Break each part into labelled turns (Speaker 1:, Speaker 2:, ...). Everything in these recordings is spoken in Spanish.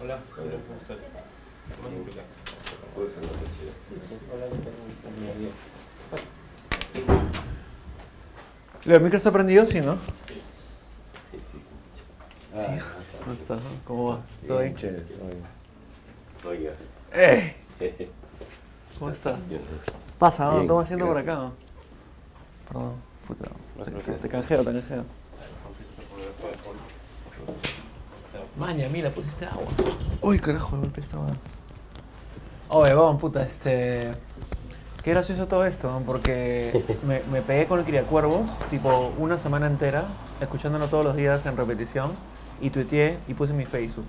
Speaker 1: Hola, hola, ¿cómo estás? Bueno, Luca.
Speaker 2: Leo, ¿el micro está prendido? Sí, ¿no?
Speaker 3: Ah,
Speaker 2: ¿Cómo está? ¿Cómo va? ¿Todo bien?
Speaker 3: chévere, todo bien.
Speaker 1: Oiga,
Speaker 2: ¡Ey! Eh. ¿Cómo está? Pasa, ¿no?
Speaker 3: Bien,
Speaker 2: Toma asiento por
Speaker 3: gracias.
Speaker 2: acá, ¿no? Perdón, puta. Te, te- te canjeo, te canjeo. Maña, mira, puta, este agua. Uy, carajo, el golpe esta agua. Oye, vamos, puta, este. Qué gracioso todo esto, ¿no? Porque me, me pegué con el Criacuervos, tipo, una semana entera, escuchándolo todos los días en repetición, y tuiteé y puse en mi Facebook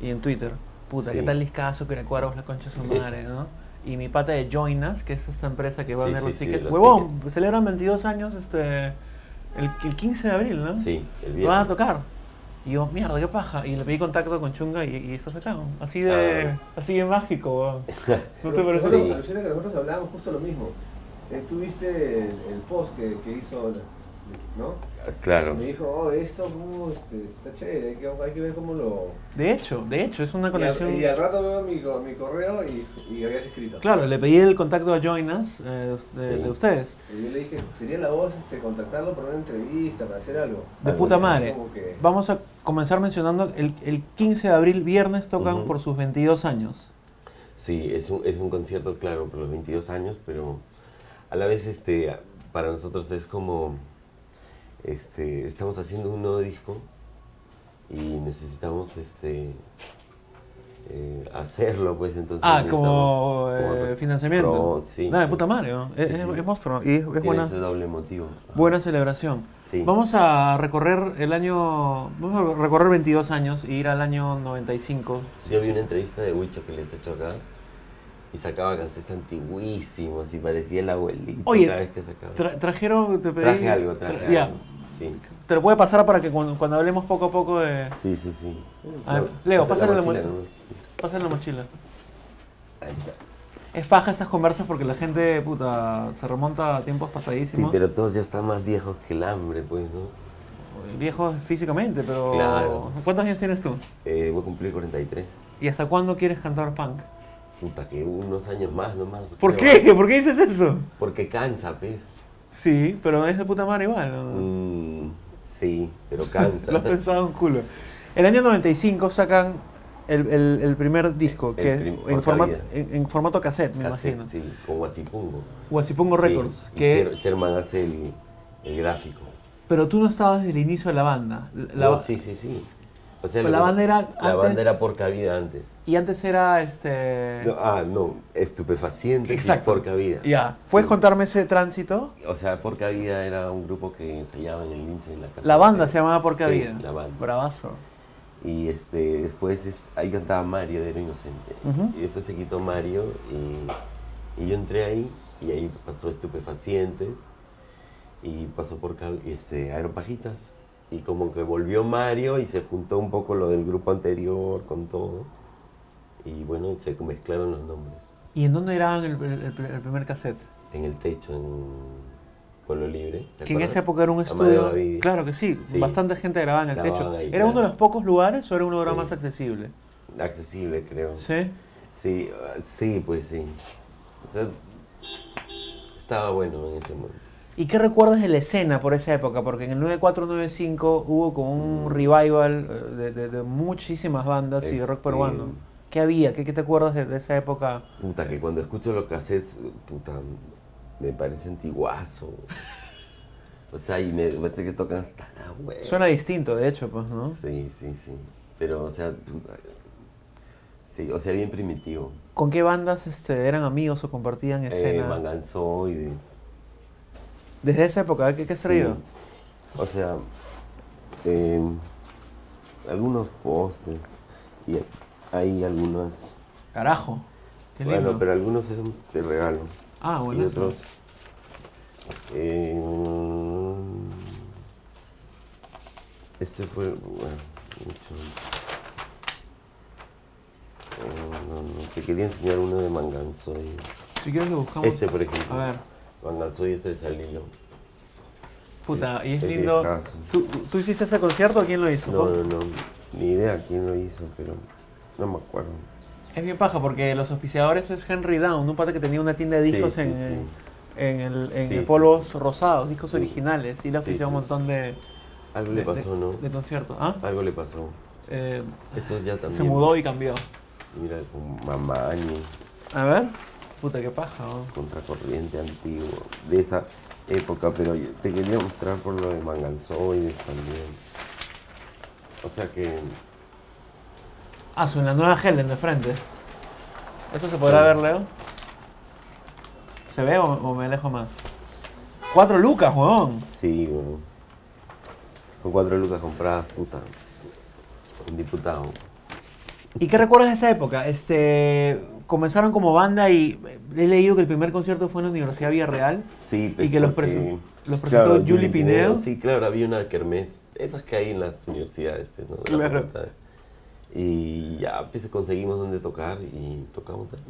Speaker 2: y en Twitter. Puta, ¿qué
Speaker 3: Sí.
Speaker 2: tal liscazo Criacuervos, la concha de su madre, ¿no? Y mi pata de Join Us, que es esta empresa que va a
Speaker 1: Sí,
Speaker 2: vender
Speaker 1: sí,
Speaker 2: los
Speaker 1: sí,
Speaker 2: tickets.
Speaker 1: los
Speaker 2: Huevón, celebran 22 años este, el, el 15 de abril, ¿no?
Speaker 1: sí, el
Speaker 2: Lo van a
Speaker 1: viernes.
Speaker 2: tocar. Y yo, mierda, qué paja. Y le pedí contacto con Chunga y, y estás acá. ¿no? Así de, así de mágico, weón. ¿No te parece?
Speaker 4: Nosotros,
Speaker 1: Sí.
Speaker 4: alucina que nosotros hablábamos justo lo mismo. Eh, tú viste el, el post que, que hizo, la- ¿no?
Speaker 1: Claro.
Speaker 4: Me dijo, oh, esto uh, este, está chévere, hay que, hay que ver cómo lo...
Speaker 2: De hecho, de hecho, es una
Speaker 4: Y al,
Speaker 2: conexión.
Speaker 4: y al rato veo mi, co- mi correo y, y habías escrito.
Speaker 2: Claro, le pedí el contacto a Join Us, eh, de,
Speaker 1: Sí.
Speaker 2: de ustedes.
Speaker 4: Y yo le dije, sería la voz este, contactarlo para una entrevista, para hacer algo.
Speaker 2: De
Speaker 1: Algo
Speaker 2: puta
Speaker 1: así.
Speaker 2: madre.
Speaker 4: Como que-
Speaker 2: Vamos a comenzar mencionando el, el 15 de abril, viernes, tocan
Speaker 1: Ujú.
Speaker 2: por sus 22 años.
Speaker 1: Sí, es un, es un concierto, claro, por los 22 años, pero a la vez este, para nosotros es como, este, estamos haciendo un nuevo disco y necesitamos este, eh, hacerlo, pues entonces...
Speaker 2: Ah,
Speaker 1: necesitamos-
Speaker 2: como eh,
Speaker 1: como
Speaker 2: financiamiento.
Speaker 1: pro, sí.
Speaker 2: Nada, de puta madre, ¿no? es,
Speaker 1: Sí,
Speaker 2: es-
Speaker 1: sí.
Speaker 2: es monstruo. Y es, es
Speaker 1: tiene
Speaker 2: buena,
Speaker 1: ese doble motivo.
Speaker 2: buena celebración.
Speaker 1: Sí.
Speaker 2: Vamos a recorrer el año. Vamos a recorrer 22 años e ir al año 95.
Speaker 1: Yo vi una entrevista de Huicho que les he hecho acá y sacaba canciones antiguísimas y parecía el abuelito
Speaker 2: Oye,
Speaker 1: cada vez que sacaba.
Speaker 2: Tra- trajeron. Te pedí,
Speaker 1: traje algo, traje
Speaker 2: tra-
Speaker 1: algo.
Speaker 2: ya.
Speaker 1: Sí.
Speaker 2: Te lo puede pasar para que cuando, cuando hablemos poco a poco de.
Speaker 1: sí, sí, sí.
Speaker 2: A ver, Leo,
Speaker 1: Pasa la
Speaker 2: pásalo de
Speaker 1: mochila,
Speaker 2: mochila.
Speaker 1: ¿no?
Speaker 2: Pásale la mochila.
Speaker 1: Ahí está.
Speaker 2: Es paja estas conversas porque la gente, puta, se remonta a tiempos
Speaker 1: Sí,
Speaker 2: pasadísimos.
Speaker 1: pero todos ya están más viejos que el hambre, pues, ¿no?
Speaker 2: Viejos físicamente, pero.
Speaker 1: Claro.
Speaker 2: ¿Cuántos años tienes tú?
Speaker 1: Eh, voy a cumplir 43.
Speaker 2: ¿Y hasta cuándo quieres cantar punk?
Speaker 1: Puta, que unos años más nomás.
Speaker 2: ¿Por
Speaker 1: creo.
Speaker 2: qué? ¿Por qué dices eso?
Speaker 1: Porque cansa, pues.
Speaker 2: Sí, pero es de puta madre igual. ¿no?
Speaker 1: Mm, sí, pero cansa.
Speaker 2: Lo has pensado un culo. El año 95 sacan el, el- el primer disco,
Speaker 1: El
Speaker 2: que es
Speaker 1: prim-
Speaker 2: en,
Speaker 1: Porca
Speaker 2: formato,
Speaker 1: Vida.
Speaker 2: en, en formato cassette, me
Speaker 1: Cassette,
Speaker 2: imagino.
Speaker 1: Sí, con Guasipungo.
Speaker 2: Huasipungo Records.
Speaker 1: Sí, y
Speaker 2: que,
Speaker 1: Cher- Sherman hace el, el gráfico.
Speaker 2: Pero tú no estabas desde el inicio de la banda. La-
Speaker 1: No, sí, sí, sí. O sea,
Speaker 2: Pero
Speaker 1: lo
Speaker 2: la
Speaker 1: que-
Speaker 2: banda era
Speaker 1: La
Speaker 2: antes-
Speaker 1: banda era porca vida antes.
Speaker 2: Y antes era este.
Speaker 1: No, ah, no, estupefaciente
Speaker 2: Exacto.
Speaker 1: y porca vida.
Speaker 2: Ya. ¿Puedes
Speaker 1: Sí.
Speaker 2: contarme ese tránsito?
Speaker 1: O sea, Porca Vida era un grupo que ensayaba en el lince en la casa.
Speaker 2: La banda
Speaker 1: de-
Speaker 2: se llamaba Porca
Speaker 1: Sí,
Speaker 2: Vida.
Speaker 1: La banda.
Speaker 2: Bravazo.
Speaker 1: Y este, después es- ahí cantaba Mario, era inocente.
Speaker 2: Ujú.
Speaker 1: Y después se quitó Mario y, y yo entré ahí y ahí pasó Estupefacientes y pasó por Ca- este, Aeropajitas. Y como que volvió Mario y se juntó un poco lo del grupo anterior con todo. Y bueno, se mezclaron los nombres.
Speaker 2: ¿Y en dónde graban el, el- el primer cassette?
Speaker 1: En el techo, en Pueblo Libre. ¿te
Speaker 2: Que en esa
Speaker 1: acuerdas?
Speaker 2: época era un
Speaker 1: Amadeo
Speaker 2: estudio.
Speaker 1: David.
Speaker 2: Claro que sí,
Speaker 1: Sí.
Speaker 2: bastante gente grababa en el
Speaker 1: Grababan
Speaker 2: techo.
Speaker 1: ahí,
Speaker 2: ¿Era
Speaker 1: claro.
Speaker 2: uno de los pocos lugares o era un lugar
Speaker 1: Sí.
Speaker 2: más accesible?
Speaker 1: accesible, creo. Sí,
Speaker 2: Sí.
Speaker 1: ah, sí, pues sí. O sea, estaba bueno en ese momento.
Speaker 2: ¿Y qué recuerdas de la escena por esa época? Porque en el 9495 hubo como
Speaker 1: Mm.
Speaker 2: un revival eh, de, de- de muchísimas bandas y de rock
Speaker 1: Este-
Speaker 2: peruano. ¿Qué había? ¿Qué, qué te acuerdas de, de esa época?
Speaker 1: Puta, que cuando escucho los cassettes, puta, me parece antiguazo. O sea, y me parece que tocan hasta la hueva.
Speaker 2: Suena distinto, de hecho, pues, ¿no?
Speaker 1: Eh, Sí, sí, sí. Pero, o sea, puta, sí, o sea, bien primitivo.
Speaker 2: ¿Con qué bandas este, eran amigos o compartían
Speaker 1: Eh,
Speaker 2: escena?
Speaker 1: manganzoides.
Speaker 2: Desde esa época, ¿qué, qué has traído?
Speaker 1: Sí. O sea, eh, algunos postes y hay algunas
Speaker 2: Carajo. Qué lindo.
Speaker 1: Bueno, pero algunos es te regalo.
Speaker 2: Ah,
Speaker 1: y
Speaker 2: bueno.
Speaker 1: otros. eh, mm, este fue. Bueno, mucho. Eh, no, no, te quería enseñar uno de Manganzoy.
Speaker 2: Si quieres lo buscamos.
Speaker 1: Este, por ejemplo.
Speaker 2: A ver.
Speaker 1: Manganzoy este es el salilo.
Speaker 2: Puta, y es
Speaker 1: El
Speaker 2: lindo.
Speaker 1: discazo.
Speaker 2: ¿Tú, tú hiciste ese concierto o quién lo hizo?
Speaker 1: No, no, no. Ni idea quién lo hizo, pero. No me acuerdo.
Speaker 2: Es bien paja porque los auspiciadores es Henry Down, un pata que tenía una tienda de
Speaker 1: Sí,
Speaker 2: discos
Speaker 1: sí,
Speaker 2: en,
Speaker 1: sí.
Speaker 2: en el, en
Speaker 1: Sí,
Speaker 2: el
Speaker 1: sí,
Speaker 2: polvos rosados, discos
Speaker 1: Sí.
Speaker 2: originales, y le auspiciaba
Speaker 1: sí.
Speaker 2: un montón de,
Speaker 1: Algo
Speaker 2: de-
Speaker 1: le pasó,
Speaker 2: de-
Speaker 1: ¿no?
Speaker 2: de conciertos. ¿Ah?
Speaker 1: Algo le pasó.
Speaker 2: Eh,
Speaker 1: Esto ya
Speaker 2: se
Speaker 1: también.
Speaker 2: mudó y cambió.
Speaker 1: Mira, con Mamani,
Speaker 2: A ver. Puta, qué paja. ¿no?
Speaker 1: contracorriente antiguo, de esa época, pero yo te quería mostrar por lo de Manganzoides también. O sea que
Speaker 2: Ah, son la nueva Helen de frente. ¿Esto se podrá
Speaker 1: Sí.
Speaker 2: ver, Leo? ¿Se ve o, o me alejo más? ¡Cuatro lucas, huevón!
Speaker 1: Sí, bueno. Con cuatro lucas compradas, puta. Un diputado.
Speaker 2: ¿Y qué recuerdas de esa época? Este, comenzaron como banda y he leído que el primer concierto fue en la Universidad Villarreal.
Speaker 1: Sí,
Speaker 2: Y que los
Speaker 1: porque-
Speaker 2: presen- los presentó Yuli Pinedo.
Speaker 1: Sí, claro, había una kermés. Esas que hay en las universidades, pues, ¿no? De la
Speaker 2: Claro.
Speaker 1: facultad. Y ya pues, conseguimos dónde tocar y tocamos ahí.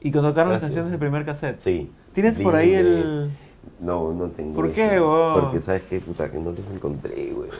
Speaker 2: Y que tocaron
Speaker 1: Gracias.
Speaker 2: las canciones del primer cassette.
Speaker 1: Sí.
Speaker 2: ¿Tienes por ahí
Speaker 1: Vine-
Speaker 2: el...?
Speaker 1: No, no tengo.
Speaker 2: ¿Por
Speaker 1: eso.
Speaker 2: qué, weón?
Speaker 1: Porque sabes que puta, que no los encontré, güey.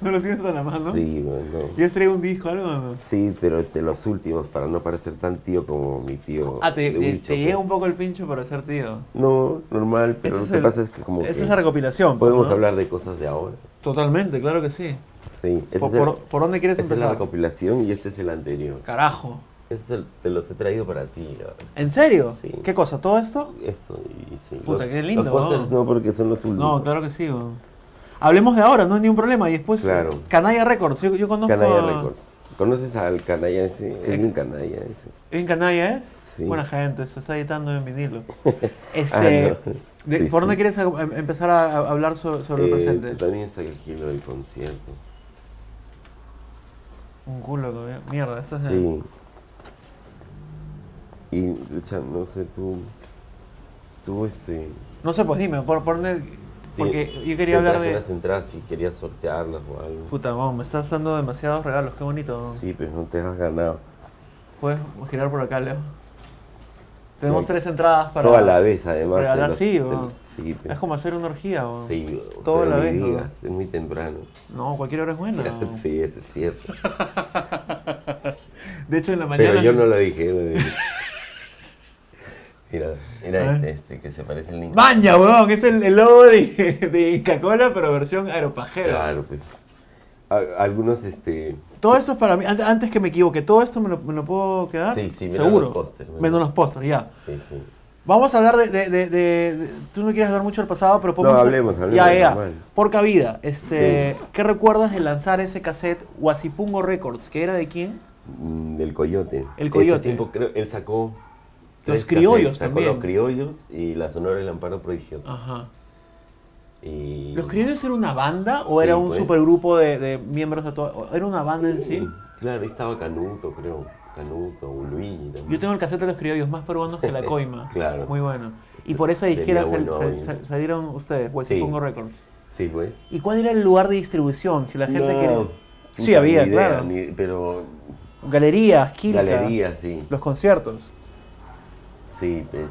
Speaker 2: ¿No lo tienes a la mano?
Speaker 1: Sí, weón, no.
Speaker 2: ¿Y has traído un disco o algo? o no?
Speaker 1: Sí, pero este, los últimos, para no parecer tan tío como mi tío.
Speaker 2: Ah,
Speaker 1: de
Speaker 2: te, te-
Speaker 1: Huicho,
Speaker 2: te
Speaker 1: pues.
Speaker 2: llega un poco el pincho para ser tío.
Speaker 1: No, normal, pero
Speaker 2: Ese
Speaker 1: lo
Speaker 2: es
Speaker 1: que
Speaker 2: el-
Speaker 1: pasa es que como
Speaker 2: Esa
Speaker 1: que
Speaker 2: es la recopilación. pues,
Speaker 1: podemos
Speaker 2: ¿no?
Speaker 1: hablar de cosas de ahora.
Speaker 2: Totalmente, claro que sí.
Speaker 1: Sí, ese
Speaker 2: ¿Por,
Speaker 1: es el-
Speaker 2: por- por dónde quieres
Speaker 1: esa es la
Speaker 2: empezar?
Speaker 1: recopilación y ese es el anterior.
Speaker 2: Carajo.
Speaker 1: Ese es el- te los he traído para ti. ¿no?
Speaker 2: ¿En serio?
Speaker 1: Sí.
Speaker 2: ¿Qué cosa? ¿Todo esto?
Speaker 1: Eso y sí.
Speaker 2: Puta,
Speaker 1: Los-
Speaker 2: qué lindo,
Speaker 1: Los pósters
Speaker 2: ¿no?
Speaker 1: no porque son los últimos.
Speaker 2: No, claro que sí. weón. Hablemos de ahora, no hay ningún problema. Y después, eh,
Speaker 1: Claro.
Speaker 2: Canalla Records. Yo, yo conozco
Speaker 1: Canalla
Speaker 2: a-
Speaker 1: Records. ¿Conoces al canalla ese? Es un canalla ese.
Speaker 2: En Canalla, ¿eh?
Speaker 1: Sí.
Speaker 2: Buena gente, se está editando en vinilo. Este,
Speaker 1: Ah, no.
Speaker 2: de-
Speaker 1: Sí,
Speaker 2: ¿Por dónde
Speaker 1: sí.
Speaker 2: quieres a- em- empezar a, a hablar so- sobre el
Speaker 1: Eh,
Speaker 2: presente?
Speaker 1: También es el giro del concierto.
Speaker 2: Un culo todavía. Mierda, esto es... el-
Speaker 1: Sí. Y, Lucha, no sé, tú. Tú, este.
Speaker 2: No sé, pues dime, ¿por, por dónde...? Porque
Speaker 1: te-
Speaker 2: yo
Speaker 1: te
Speaker 2: quería hablar
Speaker 1: traje
Speaker 2: de...
Speaker 1: unas entradas si querías sortearlas o algo.
Speaker 2: Puta, weón, me estás dando demasiados regalos, qué bonito. weón.
Speaker 1: Sí, pero no te has ganado.
Speaker 2: Puedes girar por acá, Leo. Tenemos
Speaker 1: Sí.
Speaker 2: tres entradas para...
Speaker 1: Todo a la vez, además. de
Speaker 2: regalar,
Speaker 1: los-
Speaker 2: sí,
Speaker 1: de-
Speaker 2: weón.
Speaker 1: sí, pero-
Speaker 2: Es como hacer una orgía, weón.
Speaker 1: sí,
Speaker 2: todo
Speaker 1: pero
Speaker 2: a la
Speaker 1: ni
Speaker 2: vez, ¿no?
Speaker 1: digas, es muy temprano.
Speaker 2: No, cualquier hora es buena. weón.
Speaker 1: sí, eso es cierto.
Speaker 2: De hecho, en la mañana...
Speaker 1: Pero yo no lo dije. lo dije. Mira,
Speaker 2: A
Speaker 1: era
Speaker 2: ver.
Speaker 1: este, este que se parece al niño.
Speaker 2: ¡Maña, weón! Es el, el logo de, de Inca-Cola, pero versión aeropajera.
Speaker 1: Claro, pues. A- algunos, este.
Speaker 2: Todo esto es para mí, an- antes que me equivoque, todo esto me lo, me lo puedo quedar.
Speaker 1: Sí, sí, menos
Speaker 2: seguro.
Speaker 1: los pósters, menos.
Speaker 2: Menos los pósters, ya.
Speaker 1: Sí, sí.
Speaker 2: Vamos a hablar de, de- de- de- de- Tú no quieres hablar mucho del pasado, pero podemos-
Speaker 1: hablemos, hablemos,
Speaker 2: Ya, ya.
Speaker 1: normal.
Speaker 2: Por cabida, este,
Speaker 1: Sí.
Speaker 2: ¿qué recuerdas de lanzar ese cassette Huasipungo Records? ¿Que era de quién?
Speaker 1: Mm, Del coyote.
Speaker 2: El Coyote.
Speaker 1: Ese tiempo, creo, él sacó. tres
Speaker 2: criollos
Speaker 1: sacó
Speaker 2: también.
Speaker 1: los criollos y la sonora del amparo prodigioso.
Speaker 2: Ajá.
Speaker 1: Y...
Speaker 2: ¿Los Criollos era una banda o
Speaker 1: Sí,
Speaker 2: era un
Speaker 1: pues.
Speaker 2: supergrupo de, de miembros de todo? ¿Era una banda en sí?
Speaker 1: Mm, Claro, ahí estaba Canuto, creo. Canuto, o Luigi también.
Speaker 2: Yo tengo el cassette de los criollos, más peruanos que la coima.
Speaker 1: Claro. Este,
Speaker 2: Muy bueno. Y por esa
Speaker 1: Sería
Speaker 2: disquera sal-
Speaker 1: bueno
Speaker 2: sal-
Speaker 1: hoy.
Speaker 2: sal- salieron ustedes, Huasipungo Records.
Speaker 1: Sí, pues.
Speaker 2: ¿Y cuál era el lugar de distribución? Si la gente
Speaker 1: No,
Speaker 2: quería.
Speaker 1: puta,
Speaker 2: Sí, había,
Speaker 1: ni idea,
Speaker 2: claro.
Speaker 1: ni- pero
Speaker 2: Galerías, Quilca.
Speaker 1: galería, sí.
Speaker 2: Los conciertos.
Speaker 1: Sí, pues.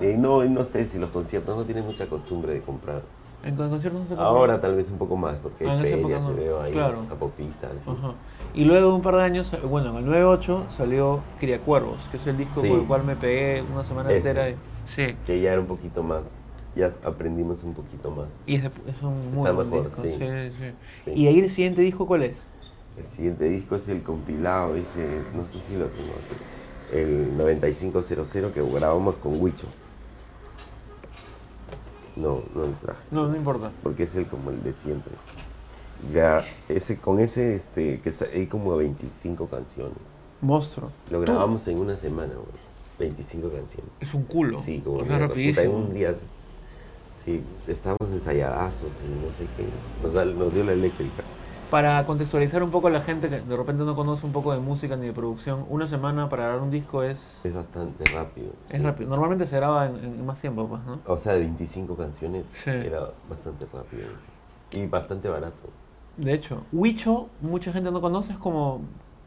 Speaker 1: Eh, no, no sé si los conciertos no tienen mucha costumbre de comprar.
Speaker 2: En con- conciertos no se compraba.
Speaker 1: Ahora tal vez un poco más, porque
Speaker 2: Ah,
Speaker 1: hay
Speaker 2: en esa época
Speaker 1: ferias,
Speaker 2: no.
Speaker 1: se veo ahí,
Speaker 2: Claro.
Speaker 1: a popita. así.
Speaker 2: Ajá. Y luego de un par de años, eh, bueno, en el 98 salió Criacuervos, que es el disco
Speaker 1: Sí.
Speaker 2: con el cual me pegué una semana
Speaker 1: Ese.
Speaker 2: entera. y- Sí.
Speaker 1: Que ya era un poquito más, ya aprendimos un poquito más.
Speaker 2: Y es, de- es un muy
Speaker 1: Está
Speaker 2: buen
Speaker 1: mejor,
Speaker 2: disco.
Speaker 1: sí.
Speaker 2: sí.
Speaker 1: Sí.
Speaker 2: ¿Y ahí el siguiente disco cuál es?
Speaker 1: El siguiente disco es el compilado, ese, no sé si lo tengo aquí, el 9500 que grabamos con Huicho. No, no lo traje.
Speaker 2: No, no importa.
Speaker 1: porque es el como el de siempre. Ya, ese, con ese, este, que sa- hay como 25 canciones.
Speaker 2: Monstruo.
Speaker 1: Lo
Speaker 2: Tú-
Speaker 1: grabamos en una semana, güey. 25 canciones.
Speaker 2: Es un culo.
Speaker 1: Sí, como
Speaker 2: o sea,
Speaker 1: mierda, puta, en
Speaker 2: rapidísimo.
Speaker 1: un día. s- Sí, estábamos ensayadazos y no sé qué. Nos, da- nos dio la eléctrica.
Speaker 2: Para contextualizar un poco a la gente que de repente no conoce un poco de música ni de producción, una semana para grabar un disco es,
Speaker 1: Es bastante rápido.
Speaker 2: es
Speaker 1: sí.
Speaker 2: rápido. Normalmente se graba en, en más tiempo, pues, ¿no?
Speaker 1: O sea, de 25 canciones
Speaker 2: Sí.
Speaker 1: era bastante rápido. sí. Y bastante barato.
Speaker 2: De hecho, Huicho, mucha gente no conoce, es como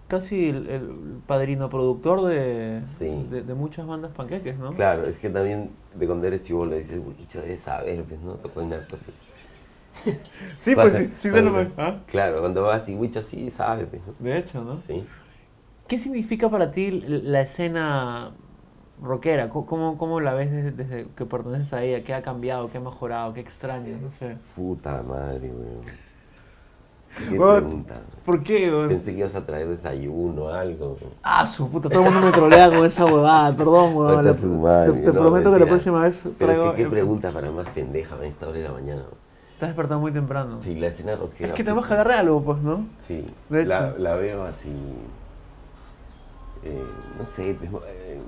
Speaker 2: casi el, el padrino productor de,
Speaker 1: Sí.
Speaker 2: de, de muchas bandas panqueques, ¿no?
Speaker 1: Claro, es que también de cuando eres chivolo dices, uy, bicho, debes saber, pues, ¿no? Tocó en narcos. sí".
Speaker 2: Sí,
Speaker 1: Vas
Speaker 2: pues
Speaker 1: a-
Speaker 2: sí, sí se lo
Speaker 1: cuando- Claro, cuando vas y Wicho sí sabe, pues, ¿no?
Speaker 2: De hecho, ¿no?
Speaker 1: Sí.
Speaker 2: ¿Qué significa para ti la escena rockera? ¿Cómo, cómo, cómo la ves desde, desde que perteneces a ella? ¿Qué ha cambiado? ¿Qué ha mejorado? ¿Qué extraño? No sé.
Speaker 1: Puta madre, weón. Qué
Speaker 2: Weón,
Speaker 1: pregunta.
Speaker 2: ¿Por qué? weón?
Speaker 1: Pensé que ibas a traer desayuno o algo.
Speaker 2: Ah, su puta, todo el mundo me trolea con esa huevada, perdón, huevada.
Speaker 1: Concha su madre,
Speaker 2: te te
Speaker 1: no,
Speaker 2: prometo que
Speaker 1: mentira.
Speaker 2: la próxima vez
Speaker 1: Pero es que
Speaker 2: traigo.
Speaker 1: qué pregunta para más pendeja a esta hora de la mañana.
Speaker 2: Te has despertado muy temprano.
Speaker 1: Sí, la escena rockera.
Speaker 2: es que
Speaker 1: puta.
Speaker 2: tenemos que agarrar algo, pues, ¿no?
Speaker 1: Sí,
Speaker 2: De
Speaker 1: La,
Speaker 2: hecho.
Speaker 1: la veo así. eh, no sé, pues, eh,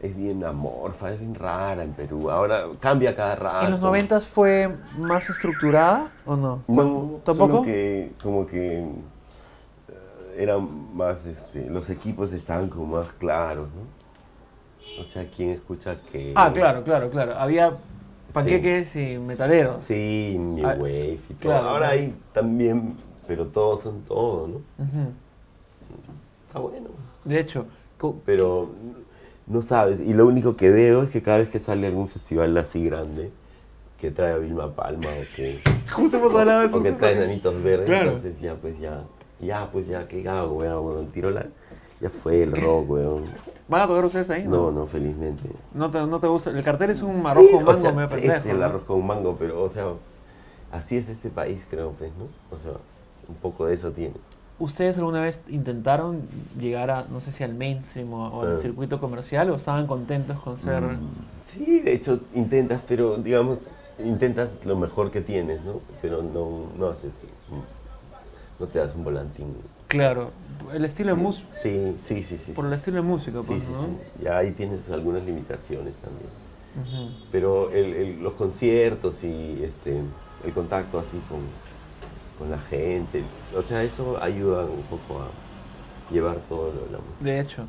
Speaker 1: es bien amorfa, es bien rara en Perú. Ahora cambia cada rato.
Speaker 2: ¿En los noventas fue más estructurada o no?
Speaker 1: No,
Speaker 2: ¿Tampoco?
Speaker 1: solo que como que eh, eran más, este, los equipos estaban como más claros, ¿no? O sea, ¿quién escucha qué?
Speaker 2: Ah, claro, claro, claro. Había panqueques y metaleros.
Speaker 1: Sí, New
Speaker 2: Ah,
Speaker 1: Wave y todo.
Speaker 2: claro,
Speaker 1: Ahora
Speaker 2: ¿no?
Speaker 1: hay también, pero todos son todos, ¿no?
Speaker 2: Ujú.
Speaker 1: Está bueno.
Speaker 2: De hecho, co-
Speaker 1: pero no sabes. Y lo único que veo es que cada vez que sale algún festival así grande, que trae a Vilma Palma o que,
Speaker 2: justo hemos hablado de eso.
Speaker 1: o que trae Nanitos Verdes,
Speaker 2: Claro.
Speaker 1: entonces ya, pues ya, ya, pues ya, ¿qué hago, weón? Weón, tiro la... Ya fue el rock, weón.
Speaker 2: ¿Van a tocar ustedes ahí?
Speaker 1: No, no, felizmente.
Speaker 2: ¿No te, no te gusta? El cartel es un arroz con
Speaker 1: Sí, o
Speaker 2: mango,
Speaker 1: sea,
Speaker 2: me
Speaker 1: sí,
Speaker 2: pendejo.
Speaker 1: Es el
Speaker 2: ¿no?
Speaker 1: arroz con mango, pero, o sea, así es este país, creo, pues, ¿no? O sea, un poco de eso tiene.
Speaker 2: ¿Ustedes alguna vez intentaron llegar a, no sé si al mainstream o, o al
Speaker 1: Eh.
Speaker 2: circuito comercial o estaban contentos con ser...
Speaker 1: Mm. Sí, de hecho intentas, pero digamos, intentas lo mejor que tienes, ¿no? Pero no, no haces, no te das un volantín.
Speaker 2: Claro, el estilo de música.
Speaker 1: Sí, sí, sí, sí.
Speaker 2: Por el estilo de música,
Speaker 1: Sí,
Speaker 2: pues,
Speaker 1: sí,
Speaker 2: ¿no?
Speaker 1: sí. Ya ahí tienes algunas limitaciones también.
Speaker 2: Ujú.
Speaker 1: Pero el- el- los conciertos y este, el contacto así con, con la gente, o sea, eso ayuda un poco a llevar todo lo de la música.
Speaker 2: De hecho,